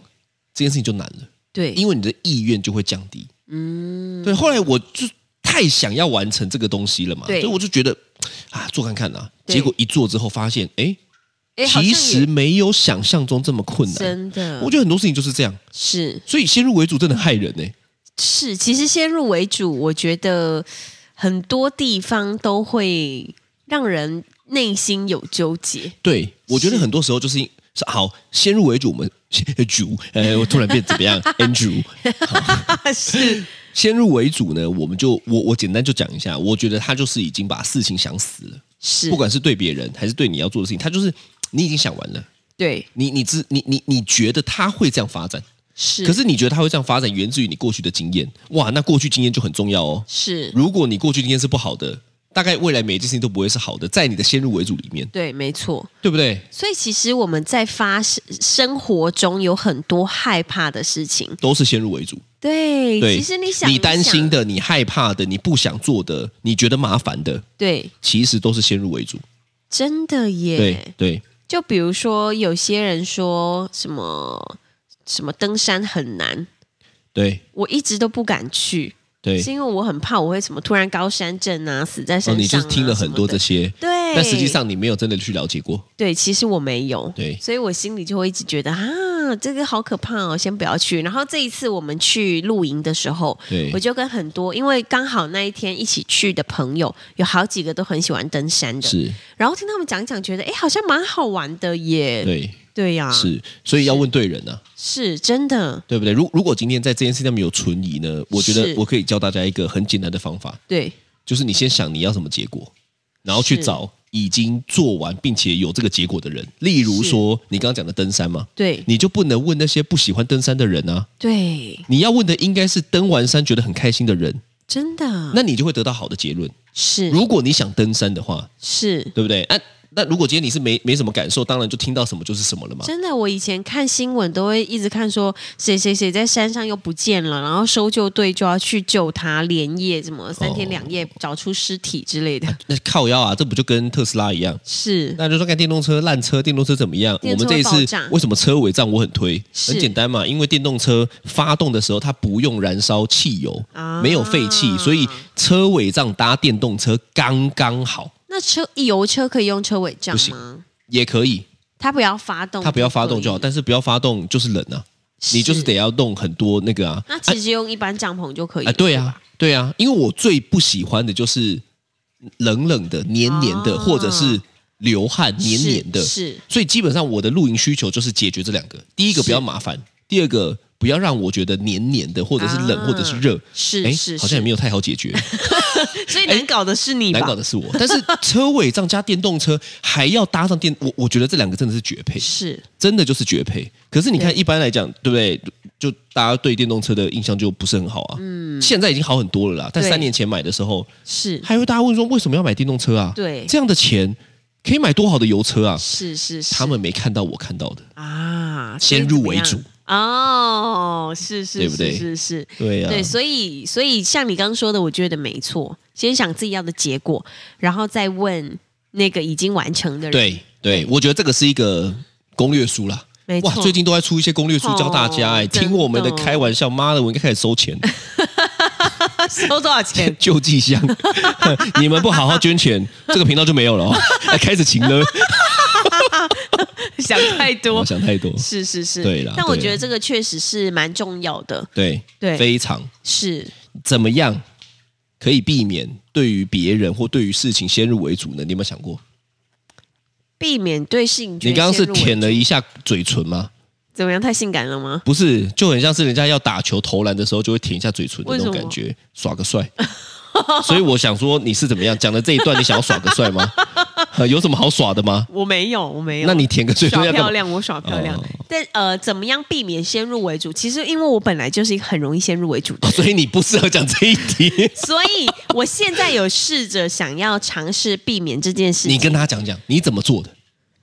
[SPEAKER 3] 这件事情就难了，
[SPEAKER 2] 对，
[SPEAKER 3] 因为你的意愿就会降低。嗯，对。后来我就太想要完成这个东西了嘛，所
[SPEAKER 2] 对
[SPEAKER 3] 以我就觉得啊，做看看啊。
[SPEAKER 2] 对
[SPEAKER 3] 结果一做之后发现，哎，
[SPEAKER 2] 为
[SPEAKER 3] 其实没有想象中这么困难。
[SPEAKER 2] 真的，
[SPEAKER 3] 我觉得很多事情就是这样，
[SPEAKER 2] 是
[SPEAKER 3] 所以先入为主真的很害人呢、欸
[SPEAKER 2] 是，其实先入为主，我觉得很多地方都会让人内心有纠 结。
[SPEAKER 3] 对，我觉得很多时候就是因是好先入为主，我们 先主，呃，我突然变怎么 样？Andrew，
[SPEAKER 2] 是
[SPEAKER 3] 先入为主呢，我们就我我简单就讲一下，我觉得他就是已经把事情想死了，
[SPEAKER 2] 是，
[SPEAKER 3] 不管是对别人还是对你要做的事情，他就是你已经想完了，
[SPEAKER 2] 对
[SPEAKER 3] 你你知你你你觉得他会这样发展，
[SPEAKER 2] 是，
[SPEAKER 3] 可是你觉得他会这样发展，源自于你过去的经验，哇，那过去经验就很重要哦。
[SPEAKER 2] 是
[SPEAKER 3] 如果你过去经验是不好的，大概未来每一件事情都不会是好的，在你的先入为主里面，
[SPEAKER 2] 对，没错。
[SPEAKER 3] 对不对？
[SPEAKER 2] 所以其实我们在发生生活中有很多害怕的事情。
[SPEAKER 3] 都是先入为主。
[SPEAKER 2] 对，
[SPEAKER 3] 对，
[SPEAKER 2] 其实你想一想，
[SPEAKER 3] 你担心的、你害怕的、你不想做的、你觉得麻烦的，
[SPEAKER 2] 对，
[SPEAKER 3] 其实都是先入为主。
[SPEAKER 2] 真的耶。
[SPEAKER 3] 对对
[SPEAKER 2] 就比如说，有些人说什么什么登山很难，
[SPEAKER 3] 对
[SPEAKER 2] 我一直都不敢去，
[SPEAKER 3] 对
[SPEAKER 2] 是，因为我很怕我会什么突然高山症啊，死在山上、
[SPEAKER 3] 哦，
[SPEAKER 2] 啊
[SPEAKER 3] 你就是听了很多这
[SPEAKER 2] 什么
[SPEAKER 3] 些，
[SPEAKER 2] 的，对，
[SPEAKER 3] 但实际上你没有真的去了解过。
[SPEAKER 2] 对，其实我没有，
[SPEAKER 3] 对
[SPEAKER 2] 所以我心里就会一直觉得啊，这个好可怕哦，先不要去。然后这一次我们去露营的时候，
[SPEAKER 3] 对
[SPEAKER 2] 我就跟很多，因为刚好那一天一起去的朋友有好几个都很喜欢登山的，
[SPEAKER 3] 是，
[SPEAKER 2] 然后听他们讲一讲，觉得哎，好像蛮好玩的耶，
[SPEAKER 3] 对，
[SPEAKER 2] 对呀、
[SPEAKER 3] 是，所以要问对人啊，
[SPEAKER 2] 是真的，
[SPEAKER 3] 对不对？如如果今天在这件事上面有存疑呢，我觉得
[SPEAKER 2] 是
[SPEAKER 3] 我可以教大家一个很简单的方法，
[SPEAKER 2] 对
[SPEAKER 3] 就是你先想你要什么结果，然后去
[SPEAKER 2] 是
[SPEAKER 3] 找已经做完并且有这个结果的人。例如
[SPEAKER 2] 是
[SPEAKER 3] 说，你刚刚讲的登山嘛，
[SPEAKER 2] 对
[SPEAKER 3] 你就不能问那些不喜欢登山的人啊。
[SPEAKER 2] 对，
[SPEAKER 3] 你要问的应该是登完山觉得很开心的人，
[SPEAKER 2] 真的，
[SPEAKER 3] 那你就会得到好的结论。
[SPEAKER 2] 是
[SPEAKER 3] 如果你想登山的话，
[SPEAKER 2] 是。
[SPEAKER 3] 对不对？那、那如果今天你是没没什么感受，当然就听到什么就是什么了嘛。
[SPEAKER 2] 真的，我以前看新闻都会一直看说谁谁谁在山上又不见了，然后搜救队就要去救他，连夜什
[SPEAKER 3] 哦
[SPEAKER 2] 么三天两夜找出尸体之类的。
[SPEAKER 3] 那靠腰啊，这不就跟特斯拉一样？
[SPEAKER 2] 是
[SPEAKER 3] 那就说看电动车烂车，电动车怎么样？我
[SPEAKER 2] 电动车
[SPEAKER 3] 们这一
[SPEAKER 2] 爆
[SPEAKER 3] 次
[SPEAKER 2] 炸
[SPEAKER 3] 为什么车尾账我很推？
[SPEAKER 2] 是
[SPEAKER 3] 很简单嘛，因为电动车发动的时候它不用燃烧汽油，
[SPEAKER 2] 啊
[SPEAKER 3] 没有废气，所以车尾账搭电动车刚刚好，
[SPEAKER 2] 那车油车可以用车尾帐
[SPEAKER 3] 不行
[SPEAKER 2] 吗？
[SPEAKER 3] 也可以。
[SPEAKER 2] 它不要发动，
[SPEAKER 3] 它不要发动就好，
[SPEAKER 2] 哦可以。
[SPEAKER 3] 但是不要发动就是冷啊，你就是得要弄很多那个啊。
[SPEAKER 2] 那其实用一般帐篷就可以
[SPEAKER 3] 啊，
[SPEAKER 2] 了
[SPEAKER 3] 对啊，对啊，因为我最不喜欢的就是冷冷的、黏黏的，
[SPEAKER 2] 啊
[SPEAKER 3] 或者是流汗黏黏的。
[SPEAKER 2] 是是
[SPEAKER 3] 所以基本上我的露营需求就是解决这两个：第一个
[SPEAKER 2] 是
[SPEAKER 3] 不要麻烦，第二个不要让我觉得黏黏的，或者是冷，
[SPEAKER 2] 啊
[SPEAKER 3] 或者是热。
[SPEAKER 2] 是
[SPEAKER 3] 哎
[SPEAKER 2] 是
[SPEAKER 3] 好像也没有太好解决。
[SPEAKER 2] 所以难搞的是你吧？
[SPEAKER 3] 难搞的是我，但是车尾帐加电动车还要搭上电，我我觉得这两个真的是绝配，
[SPEAKER 2] 是
[SPEAKER 3] 真的就是绝配。可是你看，
[SPEAKER 2] 对
[SPEAKER 3] 一般来讲，对不对？就大家对电动车的印象就不是很好啊。嗯，现在已经好很多了啦。但
[SPEAKER 2] 对
[SPEAKER 3] 三年前买的时候，
[SPEAKER 2] 是
[SPEAKER 3] 还会大家问说为什么要买电动车啊？
[SPEAKER 2] 对
[SPEAKER 3] 这样的钱可以买多好的油车啊？
[SPEAKER 2] 是是是，
[SPEAKER 3] 他们没看到我看到的，
[SPEAKER 2] 啊，
[SPEAKER 3] 先入为
[SPEAKER 2] 所以
[SPEAKER 3] 主
[SPEAKER 2] 怎么样哦，是是，
[SPEAKER 3] 对不对
[SPEAKER 2] 是是是，
[SPEAKER 3] 对啊
[SPEAKER 2] 对，所以所以像你刚刚说的，我觉得没错，先想自己要的结果，然后再问那个已经完成的人，
[SPEAKER 3] 对对，我觉得这个是一个攻略书啦。
[SPEAKER 2] 嗯没
[SPEAKER 3] 哇，
[SPEAKER 2] 错，
[SPEAKER 3] 最近都在出一些攻略书教大家、
[SPEAKER 2] 哦
[SPEAKER 3] 哎、
[SPEAKER 2] 真的
[SPEAKER 3] 听我们的开玩笑，妈的，我应该开始收钱。？
[SPEAKER 2] 收多少钱
[SPEAKER 3] 救济箱，你们不好好捐钱， 这个频道就没有了、哦。 哎开始停 了，
[SPEAKER 2] 想太
[SPEAKER 3] 我
[SPEAKER 2] 多，
[SPEAKER 3] 想太多。
[SPEAKER 2] 是是是，
[SPEAKER 3] 对啦
[SPEAKER 2] 但我
[SPEAKER 3] 对啦
[SPEAKER 2] 觉得这个确实是蛮重要的，
[SPEAKER 3] 对
[SPEAKER 2] 对
[SPEAKER 3] 非常
[SPEAKER 2] 是
[SPEAKER 3] 怎么样可以避免对于别人或对于事情先入为主呢？你有没有想过？
[SPEAKER 2] 避免对性。
[SPEAKER 3] 你刚刚是舔了一下嘴唇吗？
[SPEAKER 2] 怎么样？太性感了吗？
[SPEAKER 3] 不是，就很像是人家要打球投篮的时候就会舔一下嘴唇的那种
[SPEAKER 2] 为什么
[SPEAKER 3] 感觉，耍个帅。 所以我想说，你是怎么样讲的这一段？你想要耍个帅吗？ 呃有什么好耍的吗？
[SPEAKER 2] 我没有，我没有。
[SPEAKER 3] 那你舔个嘴唇
[SPEAKER 2] 耍
[SPEAKER 3] 要干
[SPEAKER 2] 漂
[SPEAKER 3] 嘛？
[SPEAKER 2] 亮，我耍漂亮
[SPEAKER 3] 哦。
[SPEAKER 2] 但呃，怎么样避免先入为主？其实因为我本来就是一个很容易先入为主的
[SPEAKER 3] 哦
[SPEAKER 2] 人，
[SPEAKER 3] 所以你不适合讲这一 题。
[SPEAKER 2] 所以我现在有试着想要尝试避免这件事
[SPEAKER 3] 你
[SPEAKER 2] 情。
[SPEAKER 3] 跟他讲讲你怎么做的
[SPEAKER 2] 啊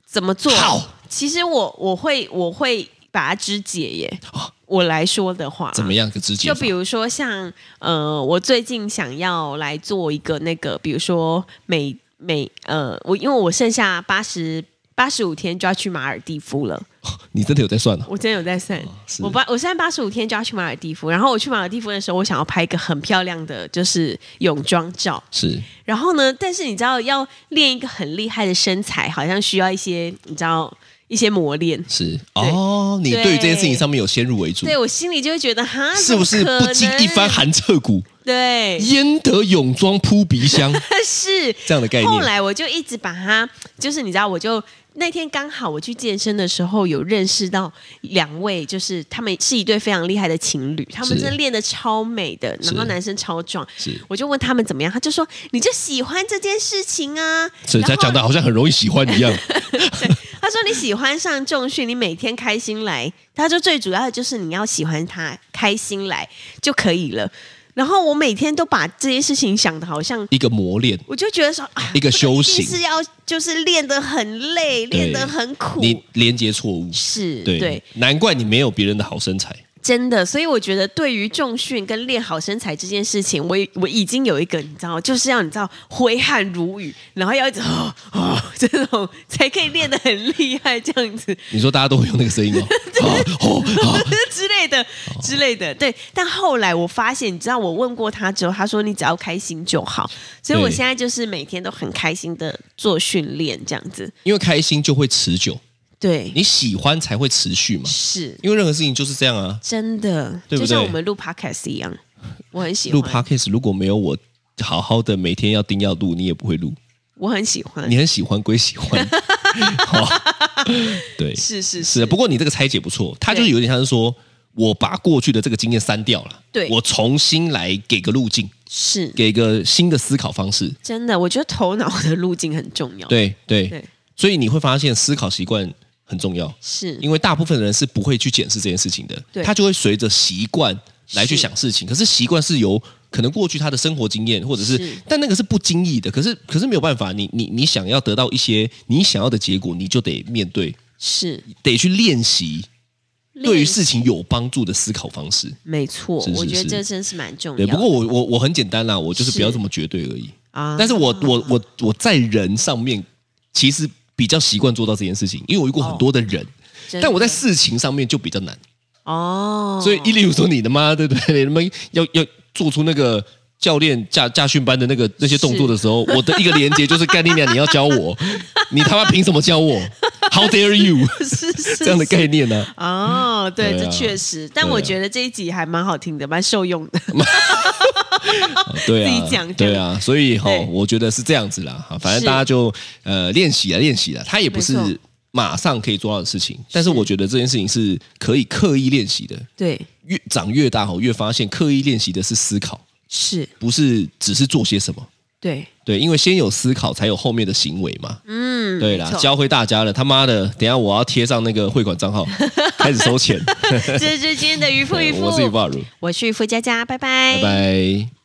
[SPEAKER 2] 怎么做
[SPEAKER 3] 好？
[SPEAKER 2] 其实我我会我会把它肢解耶。我来说的话，
[SPEAKER 3] 哦怎么样个肢解
[SPEAKER 2] 就
[SPEAKER 3] 法？
[SPEAKER 2] 比如说像呃，我最近想要来做一个那个，比如说每每呃，我因为我剩下八十八十五天就要去马尔蒂夫了。
[SPEAKER 3] 你真的有在算了、哦
[SPEAKER 2] 我真的有在算，
[SPEAKER 3] 是
[SPEAKER 2] 我八我现在八十五天就要去马尔蒂夫，然后我去马尔蒂夫的时候，我想要拍一个很漂亮的就是泳装照，
[SPEAKER 3] 是
[SPEAKER 2] 然后呢，但是你知道要练一个很厉害的身材，好像需要一些你知道一些磨练。
[SPEAKER 3] 是哦，你对于这件事情上面有先入为主，
[SPEAKER 2] 对我心里就会觉得哈，
[SPEAKER 3] 是不是
[SPEAKER 2] 怎么可
[SPEAKER 3] 不经
[SPEAKER 2] 能
[SPEAKER 3] 一番寒彻骨，
[SPEAKER 2] 对，
[SPEAKER 3] 焉得泳装扑鼻香
[SPEAKER 2] 但是
[SPEAKER 3] 这样的概
[SPEAKER 2] 后
[SPEAKER 3] 念？
[SPEAKER 2] 来我就一直把它，就是你知道，我就那天刚好我去健身的时候，有认识到两位，就是他们是一对非常厉害的情侣，他们
[SPEAKER 3] 是
[SPEAKER 2] 真的练的超美的，
[SPEAKER 3] 是
[SPEAKER 2] 然后男生超壮
[SPEAKER 3] 是。
[SPEAKER 2] 我就问他们怎么样，他就说你就喜欢这件事情啊，
[SPEAKER 3] 所以
[SPEAKER 2] 然
[SPEAKER 3] 他
[SPEAKER 2] 后
[SPEAKER 3] 讲的好像很容易喜欢一样，
[SPEAKER 2] 他说你喜欢上重训，你每天开心来。他说最主要的就是你要喜欢他，开心来就可以了。然后我每天都把这些事情想的好像
[SPEAKER 3] 一个磨练。
[SPEAKER 2] 我就觉得说，啊
[SPEAKER 3] 一个修
[SPEAKER 2] 这
[SPEAKER 3] 行
[SPEAKER 2] 定是要就是练得很累，
[SPEAKER 3] 对
[SPEAKER 2] 练得很苦，
[SPEAKER 3] 你连接错误，
[SPEAKER 2] 是
[SPEAKER 3] 对，难怪你没有别人的好身材。
[SPEAKER 2] 真的。所以我觉得对于重训跟练好身材这件事情，我已我已经有一个你知道，就是要你知道挥汗如雨，然后要一直 哦哦这种才可以练得很厉害，这样子
[SPEAKER 3] 你说大家都会用那个声音 哦，哦 哦哦，
[SPEAKER 2] 之类的之类的。对，但后来我发现，你知道，我问过他之后，他说你只要开心就好。所以我
[SPEAKER 3] 对
[SPEAKER 2] 现在就是每天都很开心的做训练，这样子。
[SPEAKER 3] 因为开心就会持久，
[SPEAKER 2] 对，
[SPEAKER 3] 你喜欢才会持续嘛。
[SPEAKER 2] 是。
[SPEAKER 3] 因为任何事情就是这样啊。
[SPEAKER 2] 真的，
[SPEAKER 3] 对不对
[SPEAKER 2] 就像我们录 podcast 一样，我很喜欢
[SPEAKER 3] 录 podcast 如果没有我好好的每天要盯要录，你也不会录。
[SPEAKER 2] 我很喜欢
[SPEAKER 3] 你。很喜欢归 喜欢，哦、对，
[SPEAKER 2] 是是
[SPEAKER 3] 是啊的。不过你这个拆解不错，它就是
[SPEAKER 2] 对
[SPEAKER 3] 有点像是说，我把过去的这个经验删掉了，
[SPEAKER 2] 对
[SPEAKER 3] 我重新来给个路径，
[SPEAKER 2] 是
[SPEAKER 3] 给个新的思考方式。
[SPEAKER 2] 真的，我觉得头脑的路径很重要。
[SPEAKER 3] 对对，
[SPEAKER 2] 对
[SPEAKER 3] 所以你会发现思考习惯很重要，
[SPEAKER 2] 是
[SPEAKER 3] 因为大部分人是不会去检视这件事情的，
[SPEAKER 2] 对
[SPEAKER 3] 他就会随着习惯来去
[SPEAKER 2] 是
[SPEAKER 3] 想事情。可是习惯是由可能过去他的生活经验，或者是
[SPEAKER 2] 是
[SPEAKER 3] 但那个是不经意的。可是可是没有办法，你你你想要得到一些你想要的结果，你就得面对，
[SPEAKER 2] 是
[SPEAKER 3] 得去练习对于
[SPEAKER 2] 练
[SPEAKER 3] 事情有帮助的思考方式。
[SPEAKER 2] 没错
[SPEAKER 3] 是是，
[SPEAKER 2] 我觉得
[SPEAKER 3] 是
[SPEAKER 2] 这真是蛮重要
[SPEAKER 3] 对，
[SPEAKER 2] 的。
[SPEAKER 3] 不过我我我很简单啦，我就是
[SPEAKER 2] 是
[SPEAKER 3] 不要这么绝对而已。
[SPEAKER 2] 啊，
[SPEAKER 3] 但是我我我我在人上面其实比较习惯做到这件事情，因为我遇过很多的人，
[SPEAKER 2] 哦真的
[SPEAKER 3] 但我在事情上面就比较难。
[SPEAKER 2] 哦，
[SPEAKER 3] 所以，一例如说你的妈，对不对？你们要要做出那个教练驾驾训班的那个那些动作的时候，我的一个连接就是干你娘，你要教我，你他妈凭什么教我？How dare you？
[SPEAKER 2] 是是
[SPEAKER 3] 这样的概念啊呢、
[SPEAKER 2] 哦，对，
[SPEAKER 3] 对啊
[SPEAKER 2] 这确实，但
[SPEAKER 3] 对啊
[SPEAKER 2] 我觉得这一集还蛮好听的，蛮受用的。 自
[SPEAKER 3] 对啊
[SPEAKER 2] 己讲，
[SPEAKER 3] 对啊，所以哈、
[SPEAKER 2] 对
[SPEAKER 3] 我觉得是这样子啦。哈反正
[SPEAKER 2] 是
[SPEAKER 3] 大家就呃练习啊，练习啊，它也不
[SPEAKER 2] 没
[SPEAKER 3] 是马上可以做到的事情，但是我觉得这件事情是可以刻意练习的。
[SPEAKER 2] 对，
[SPEAKER 3] 越长越大吼，越发现刻意练习的是思考，
[SPEAKER 2] 是，
[SPEAKER 3] 不是只是做些什么。
[SPEAKER 2] 对，
[SPEAKER 3] 对，因为先有思考，才有后面的行为嘛。
[SPEAKER 2] 嗯，
[SPEAKER 3] 对啦
[SPEAKER 2] 没，错
[SPEAKER 3] 教会大家了，他妈的，等一下我要贴上那个汇款账 号，开始收钱。
[SPEAKER 2] 这是今天的渔夫渔夫，
[SPEAKER 3] 我是余霸如，
[SPEAKER 2] 我是渔夫佳佳，拜拜，
[SPEAKER 3] 拜拜。